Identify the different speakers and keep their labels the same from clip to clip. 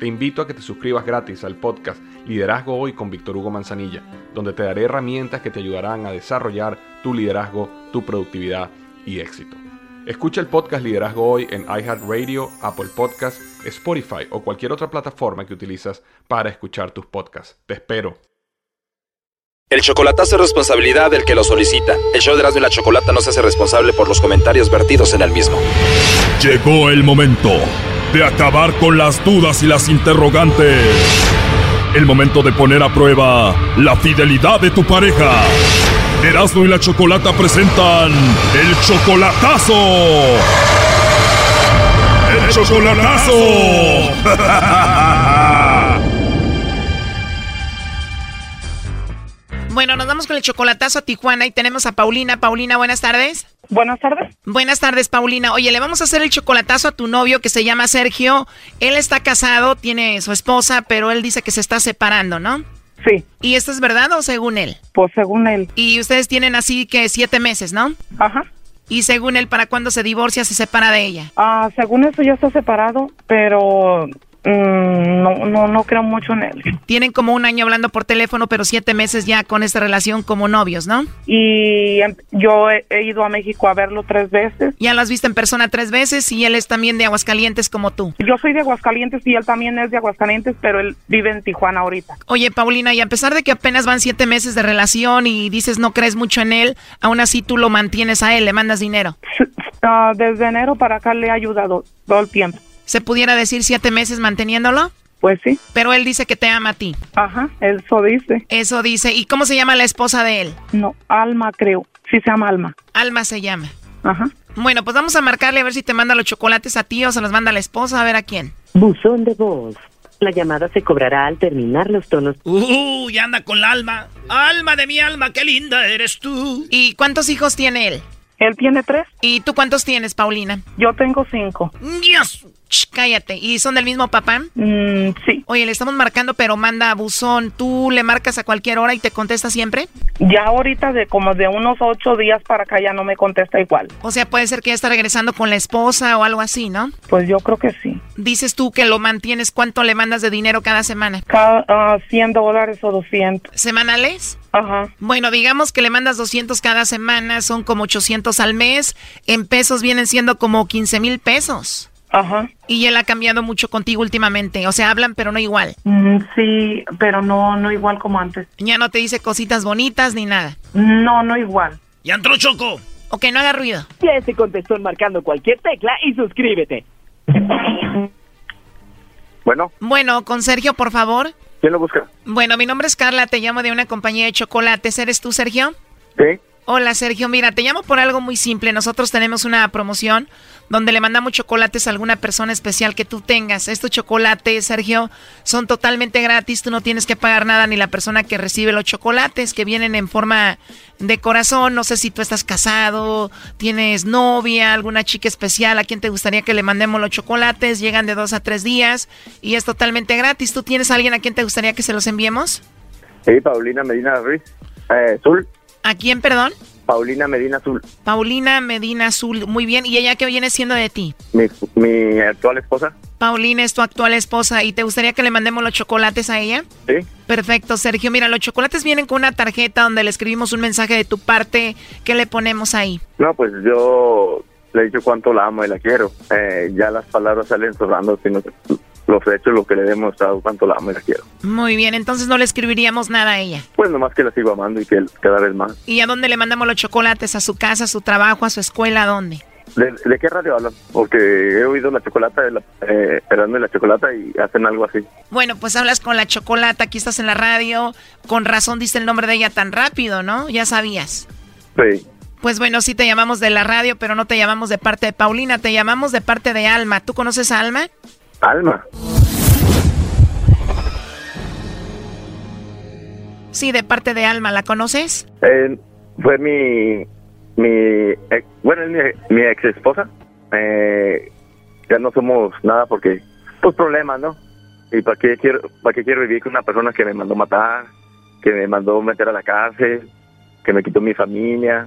Speaker 1: Te invito a que te suscribas gratis al podcast Liderazgo Hoy con Víctor Hugo Manzanilla, donde te daré herramientas que te ayudarán a desarrollar tu liderazgo, tu productividad y éxito. Escucha el podcast Liderazgo Hoy en iHeartRadio, Apple Podcast, Spotify o cualquier otra plataforma que utilizas para escuchar tus podcasts. Te espero.
Speaker 2: El chocolatazo es responsabilidad del que lo solicita. El show de Erasmo y la Chocolata no se hace responsable por los comentarios vertidos en el mismo.
Speaker 3: Llegó el momento de acabar con las dudas y las interrogantes. El momento de poner a prueba la fidelidad de tu pareja. Erasmo y la Chocolata presentan el chocolatazo. El chocolatazo.
Speaker 4: Bueno, nos vamos con el chocolatazo a Tijuana y tenemos a Paulina. Paulina, buenas tardes.
Speaker 5: Buenas tardes.
Speaker 4: Buenas tardes, Paulina. Oye, le vamos a hacer el chocolatazo a tu novio que se llama Sergio. Él está casado, tiene su esposa, pero él dice que se está separando, ¿no?
Speaker 5: Sí.
Speaker 4: ¿Y esto es verdad o según él?
Speaker 5: Pues según él.
Speaker 4: Y ustedes tienen así que siete meses, ¿no?
Speaker 5: Ajá.
Speaker 4: Y según él, ¿para cuándo se divorcia, se separa de ella?
Speaker 5: Ah, según eso ya está separado, pero Mm, no, no, no creo mucho en él.
Speaker 4: Tienen como un año hablando por teléfono, pero siete meses ya con esta relación como novios, ¿no?
Speaker 5: Y em, yo he, he, ido a México a verlo tres veces.
Speaker 4: Ya lo has visto en persona tres veces y él es también de Aguascalientes como tú.
Speaker 5: Yo soy de Aguascalientes y él también es de Aguascalientes, pero él vive en Tijuana ahorita.
Speaker 4: Oye, Paulina, y a pesar de que apenas van siete meses de relación y dices no crees mucho en él, aún así tú lo mantienes a él, le mandas dinero.
Speaker 5: Uh, desde enero para acá le he ayudado todo el tiempo
Speaker 4: se pudiera decir siete meses manteniéndolo?
Speaker 5: Pues sí.
Speaker 4: Pero él dice que te ama a ti.
Speaker 5: Ajá, eso dice.
Speaker 4: Eso dice. ¿Y cómo se llama la esposa de él?
Speaker 5: No, Alma creo. Sí se llama Alma.
Speaker 4: Alma se llama.
Speaker 5: Ajá.
Speaker 4: Bueno, pues vamos a marcarle a ver si te manda los chocolates a ti o se los manda a la esposa, a ver a quién.
Speaker 6: Buzón de voz. La llamada se cobrará al terminar los tonos.
Speaker 7: ¡Uh! Ya anda con la alma. Alma de mi alma, qué linda eres tú.
Speaker 4: ¿Y cuántos hijos tiene él?
Speaker 5: Él tiene tres.
Speaker 4: ¿Y tú cuántos tienes, Paulina?
Speaker 5: Yo tengo cinco.
Speaker 4: Dios. Ch, cállate. ¿Y son del mismo papá?
Speaker 5: Mm, sí.
Speaker 4: Oye, le estamos marcando, pero manda a buzón. ¿Tú le marcas a cualquier hora y te contesta siempre?
Speaker 5: Ya ahorita de como de unos ocho días para acá ya no me contesta igual.
Speaker 4: O sea, puede ser que ya está regresando con la esposa o algo así, ¿no?
Speaker 5: Pues yo creo que sí.
Speaker 4: Dices tú que lo mantienes. ¿Cuánto le mandas de dinero cada semana?
Speaker 5: Cada uh, 100 dólares o 200.
Speaker 4: ¿Semanales?
Speaker 5: Ajá.
Speaker 4: Bueno, digamos que le mandas 200 cada semana, son como 800 al mes. En pesos vienen siendo como 15 mil pesos.
Speaker 5: Ajá.
Speaker 4: Y él ha cambiado mucho contigo últimamente. O sea, hablan, pero no igual.
Speaker 5: Mm, sí, pero no, no igual como antes.
Speaker 4: Ya no te dice cositas bonitas ni nada.
Speaker 5: No, no igual.
Speaker 7: ¡Ya entró Choco!
Speaker 4: Ok, no haga ruido.
Speaker 8: Ya se contestó marcando cualquier tecla y suscríbete.
Speaker 9: Bueno.
Speaker 4: Bueno, con Sergio, por favor.
Speaker 9: ¿Quién lo busca?
Speaker 4: Bueno, mi nombre es Carla, te llamo de una compañía de chocolates. ¿Eres tú, Sergio?
Speaker 9: Sí.
Speaker 4: Hola, Sergio. Mira, te llamo por algo muy simple. Nosotros tenemos una promoción donde le mandamos chocolates a alguna persona especial que tú tengas. Estos chocolates, Sergio, son totalmente gratis. Tú no tienes que pagar nada ni la persona que recibe los chocolates que vienen en forma de corazón. No sé si tú estás casado, tienes novia, alguna chica especial a quien te gustaría que le mandemos los chocolates. Llegan de dos a tres días y es totalmente gratis. ¿Tú tienes a alguien a quien te gustaría que se los enviemos?
Speaker 9: Sí, Paulina Medina Ruiz. Eh, Zul.
Speaker 4: ¿A quién, perdón?
Speaker 9: Paulina Medina Azul.
Speaker 4: Paulina Medina Azul, muy bien. ¿Y ella qué viene siendo de ti?
Speaker 9: Mi, mi, actual esposa.
Speaker 4: Paulina es tu actual esposa y te gustaría que le mandemos los chocolates a ella?
Speaker 9: Sí.
Speaker 4: Perfecto, Sergio. Mira, los chocolates vienen con una tarjeta donde le escribimos un mensaje de tu parte. ¿Qué le ponemos ahí?
Speaker 9: No, pues yo le he dicho cuánto la amo y la quiero. Eh, ya las palabras salen sobrando, sino los hechos, lo que le he demostrado, cuánto la amo y la quiero.
Speaker 4: Muy bien, entonces no le escribiríamos nada a ella.
Speaker 9: Pues nomás que la sigo amando y que cada vez más.
Speaker 4: ¿Y a dónde le mandamos los chocolates? ¿A su casa, a su trabajo, a su escuela? ¿A dónde?
Speaker 9: ¿De, de qué radio hablan? Porque he oído la chocolata, de la, eh, de la chocolata y hacen algo así.
Speaker 4: Bueno, pues hablas con la chocolata, aquí estás en la radio. Con razón diste el nombre de ella tan rápido, ¿no? Ya sabías.
Speaker 9: Sí.
Speaker 4: Pues bueno, sí te llamamos de la radio, pero no te llamamos de parte de Paulina, te llamamos de parte de Alma. ¿Tú conoces a Alma?
Speaker 9: Alma.
Speaker 4: Sí, de parte de Alma, ¿la conoces?
Speaker 9: Eh, fue mi, mi ex- bueno, es mi, mi ex esposa. Eh, ya no somos nada porque, pues, problemas, ¿no? ¿Y para qué, quiero, para qué quiero vivir con una persona que me mandó matar, que me mandó meter a la cárcel, que me quitó mi familia?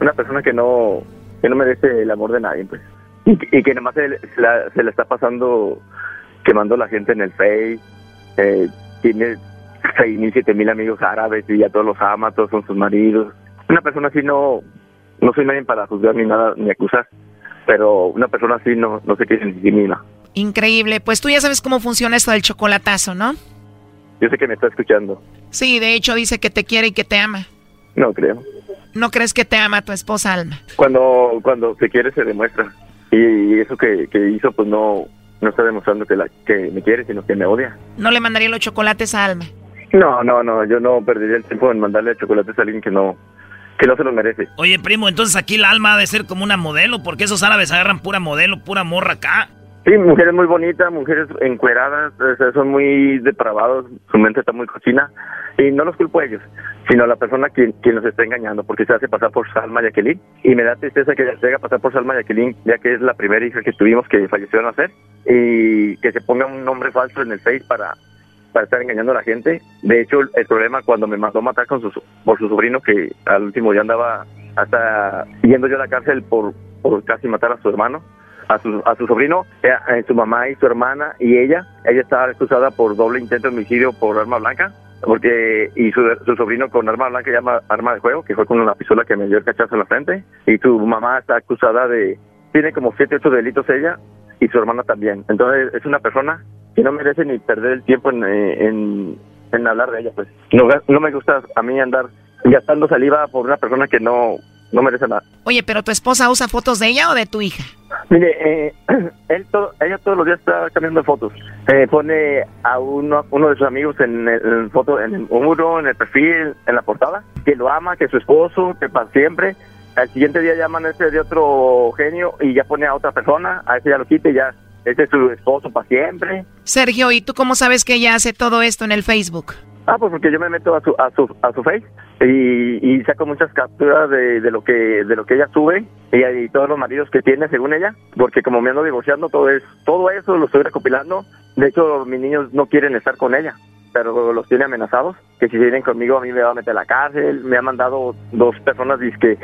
Speaker 9: Una persona que no, que no merece el amor de nadie, pues. Y, que- y que nada más se, le- se la, se le está pasando quemando la gente en el Face. Eh, tiene seis mil, siete mil amigos árabes y ya todos los ama, todos son sus maridos. Una persona así no, no soy nadie para juzgar ni nada, ni acusar, pero una persona así no, no se quiere ni discrimina.
Speaker 4: Increíble. Pues tú ya sabes cómo funciona esto del chocolatazo, ¿no?
Speaker 9: Yo sé que me está escuchando,
Speaker 4: Sí, de hecho dice que te quiere y que te ama.
Speaker 9: no creo.
Speaker 4: ¿No crees que te ama tu esposa Alma?
Speaker 9: Cuando, cuando se quiere se demuestra. Y eso que, que hizo, pues no, no está demostrando que, la, que me quiere, sino que me odia.
Speaker 4: ¿No le mandaría los chocolates a Alma?
Speaker 9: No, no, no, yo no perdería el tiempo en mandarle chocolates a alguien que no, que no se lo merece.
Speaker 7: Oye, primo, entonces aquí la alma ha de ser como una modelo, porque esos árabes agarran pura modelo, pura morra acá.
Speaker 9: Sí, mujeres muy bonitas, mujeres encueradas, o sea, son muy depravados, su mente está muy cochina. Y no los culpo a ellos, sino a la persona quien, quien los está engañando, porque se hace pasar por Salma Jacqueline. Y me da tristeza que se haga pasar por Salma Jacqueline, ya que es la primera hija que tuvimos que falleció al nacer. Y que se ponga un nombre falso en el Face para, para estar engañando a la gente. De hecho, el problema cuando me mandó matar con su, so- por su sobrino, que al último ya andaba hasta yendo yo a la cárcel por, por casi matar a su hermano a su, a su sobrino, eh, eh, su mamá y su hermana y ella. Ella estaba acusada por doble intento de homicidio por arma blanca, porque y su, su sobrino con arma blanca llama arma de juego, que fue con una pistola que me dio el cachazo en la frente. Y su mamá está acusada de, tiene como siete, ocho delitos ella y su hermana también. Entonces es una persona que no merece ni perder el tiempo en, eh, en, en hablar de ella. Pues no, ga- no me gusta a mí andar gastando saliva por una persona que no, no merece nada.
Speaker 4: Oye, pero tu esposa usa fotos de ella o de tu hija?
Speaker 9: Mire, eh, él todo- ella todos los días está cambiando fotos. Eh, pone a uno, uno de sus amigos en el en foto, en el muro, en el perfil, en la portada, que lo ama, que es su esposo, que para siempre. Al siguiente día ya amanece de otro genio y ya pone a otra persona, a ese ya lo quita y ya, ese es su esposo para siempre.
Speaker 4: Sergio, ¿y tú cómo sabes que ella hace todo esto en el Facebook?
Speaker 9: Ah, pues porque yo me meto a su, a su, a su face y, y saco muchas capturas de, de lo que de lo que ella sube y, y todos los maridos que tiene según ella, porque como me ando divorciando todo es todo eso lo estoy recopilando. De hecho, mis niños no quieren estar con ella, pero los tiene amenazados que si vienen conmigo a mí me va a meter a la cárcel. Me ha mandado dos personas dizque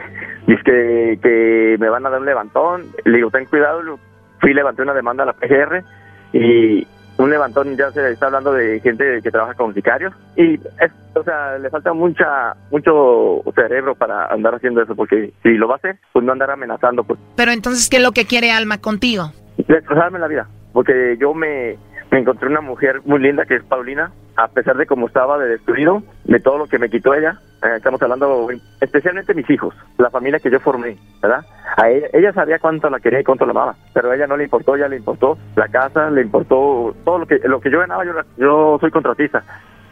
Speaker 9: dizque que me van a dar un levantón. Le digo, ten cuidado, lo- fui y levanté una demanda a la PGR y un levantón ya se está hablando de gente que trabaja con sicarios y es, o sea le falta mucha mucho cerebro para andar haciendo eso porque si lo va a hacer pues no andar amenazando pues
Speaker 4: Pero entonces, ¿qué es lo que quiere Alma contigo?
Speaker 9: destrozarme la vida porque yo me, me encontré una mujer muy linda que es Paulina a pesar de cómo estaba de destruido de todo lo que me quitó ella eh, estamos hablando especialmente mis hijos la familia que yo formé verdad a ella, ella sabía cuánto la quería y cuánto la amaba pero a ella no le importó ya le importó la casa le importó todo lo que lo que yo ganaba yo la- yo soy contratista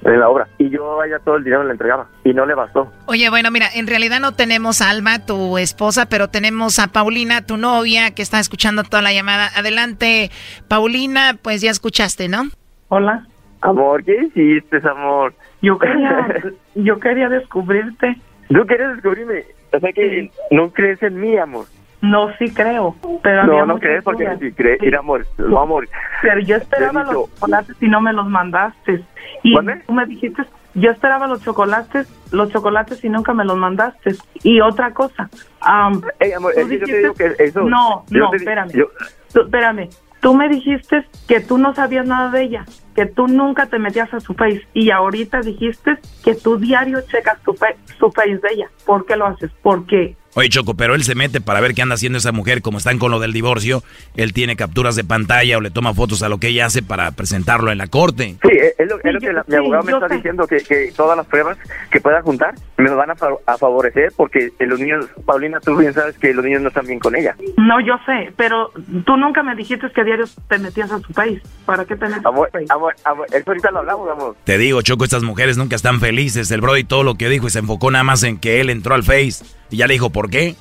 Speaker 9: en la obra y yo a ella todo el dinero le entregaba y no le bastó
Speaker 4: Oye, bueno, mira, en realidad no tenemos a Alma, tu esposa, pero tenemos a Paulina, tu novia, que está escuchando toda la llamada. Adelante, Paulina, pues ya escuchaste, ¿no?
Speaker 5: Hola.
Speaker 9: Amor, ¿qué hiciste, amor?
Speaker 5: Yo quería, yo quería descubrirte.
Speaker 9: ¿Tú quieres descubrirme? O sea que no crees en mí, amor.
Speaker 5: No, sí creo, pero había
Speaker 9: No, no
Speaker 5: muchas
Speaker 9: crees porque
Speaker 5: dudas.
Speaker 9: si crees, mira, amor, no, amor.
Speaker 5: Pero yo
Speaker 9: Te
Speaker 5: esperaba
Speaker 9: he dicho,
Speaker 5: los chocolates y no me los mandaste. Y
Speaker 9: ¿Mande?
Speaker 5: tú me dijiste, yo esperaba los chocolates, los chocolates y nunca me los mandaste. Y otra cosa, am,
Speaker 9: Ey, amor,
Speaker 5: tú
Speaker 9: es que yo te
Speaker 5: dijiste-
Speaker 9: digo que eso.
Speaker 5: no,
Speaker 9: yo
Speaker 5: no,
Speaker 9: te di-
Speaker 5: espérame,
Speaker 9: yo-
Speaker 5: tú, espérame. Tú me dijiste que tú no sabías nada de ella, que tú nunca te metías a su face y ahorita dijiste que tú diario checas tu fa- su face de ella. ¿Por qué lo haces? Porque
Speaker 7: Oye, Choco, pero él se mete para ver qué anda haciendo esa mujer, como están con lo del divorcio. Él tiene capturas de pantalla o le toma fotos a lo que ella hace para presentarlo en la corte.
Speaker 9: sí, eh, es es lo, es
Speaker 5: Sí,
Speaker 9: lo que
Speaker 5: yo-
Speaker 9: la- mi
Speaker 5: sí,
Speaker 9: abogado me
Speaker 5: yo
Speaker 9: está
Speaker 5: sé.
Speaker 9: diciendo, que, que todas las pruebas que pueda juntar me van a, fa- a favorecer porque los niños, Paulina, tú bien sabes que los niños no están bien con ella.
Speaker 5: No, yo sé, pero tú nunca me dijiste que a diario te metías a su país. ¿Para qué te metes
Speaker 9: Amor,
Speaker 5: a su país?
Speaker 9: amor, amor, eso ahorita lo hablamos, amor.
Speaker 7: Te digo, Choco, estas mujeres nunca están felices. El Brody todo lo que dijo y se enfocó nada más en que él entró al Face. Y ya le dijo, ¿por qué?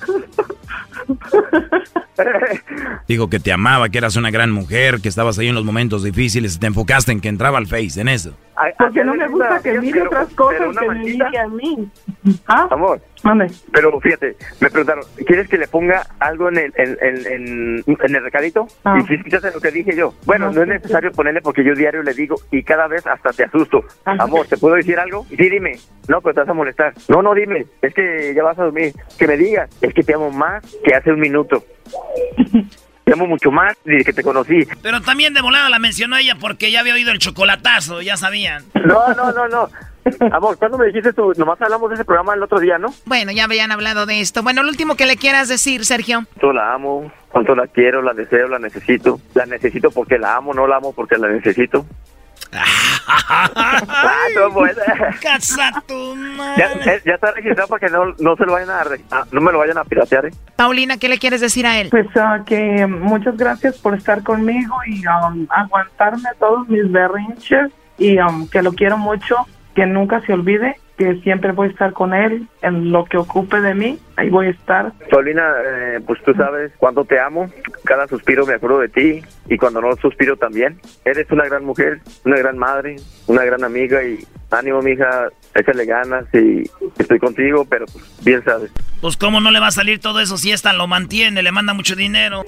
Speaker 7: Dijo que te amaba, que eras una gran mujer, que estabas ahí en los momentos difíciles. Te enfocaste en que entraba al Face, en eso.
Speaker 5: Porque no me gusta que mire
Speaker 9: pero-
Speaker 5: otras cosas
Speaker 9: pero una
Speaker 5: que me
Speaker 9: maldita.
Speaker 5: mire a mí. ¿Ah?
Speaker 9: Amor. Pero fíjate, me preguntaron, ¿quieres que le ponga algo en el, en, en- en- en el recadito?
Speaker 5: Ah.
Speaker 9: Y si escuchaste lo que dije yo, bueno, no es necesario ponerle porque yo diario le digo y cada vez hasta te asusto. Amor, ¿te puedo decir algo? Sí, dime. No, pero te vas a molestar. No, no, dime. Es que ya vas a dormir. Que me digas, es que te amo más que hace un minuto. Te amo mucho más desde que te conocí.
Speaker 10: Pero también de volada la mencionó ella porque ya había oído el chocolatazo, ya sabían.
Speaker 9: No, no, no, no. Amor, ¿cuándo me dijiste tú? Nomás hablamos de ese programa el otro día, ¿no?
Speaker 4: Bueno, ya habían hablado de esto. Bueno, lo último que le quieras decir, Sergio.
Speaker 9: Yo la amo, cuánto la quiero, la deseo, la necesito. La necesito porque la amo, no la amo porque la necesito. Ah, no, pues,
Speaker 10: Casa tu madre.
Speaker 9: ya, eh, ya está registrado para que no, no se lo vayan a, re- a- no me lo vayan a piratear. ¿eh?
Speaker 4: Paulina, ¿qué le quieres decir a él?
Speaker 5: Pues ah, que muchas gracias por estar conmigo y um, aguantarme todos mis berrinches y um, que lo quiero mucho, que nunca se olvide, que siempre voy a estar con él en lo que ocupe de mí, ahí voy a estar.
Speaker 9: Paulina, eh, pues tú sabes cuánto te amo. Cada suspiro me acuerdo de ti y cuando no suspiro también. Eres una gran mujer, una gran madre, una gran amiga y ánimo, mija, échale ganas y estoy contigo, pero pues, bien sabes.
Speaker 10: Pues cómo no le va a salir todo eso si esta lo mantiene, le manda mucho dinero.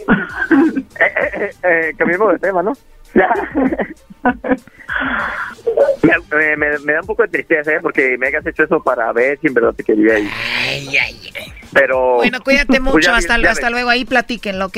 Speaker 9: Eh, eh, cambiemos de tema, ¿no? me, me- me da un poco de tristeza, ¿eh? Porque me hayas hecho eso para ver si en verdad te quería ir. Pero...
Speaker 4: Bueno, cuídate
Speaker 9: pues
Speaker 4: mucho.
Speaker 9: ya-
Speaker 4: hasta,
Speaker 9: ya
Speaker 4: hasta
Speaker 9: ves.
Speaker 4: luego. Ahí platíquenlo, ¿ok?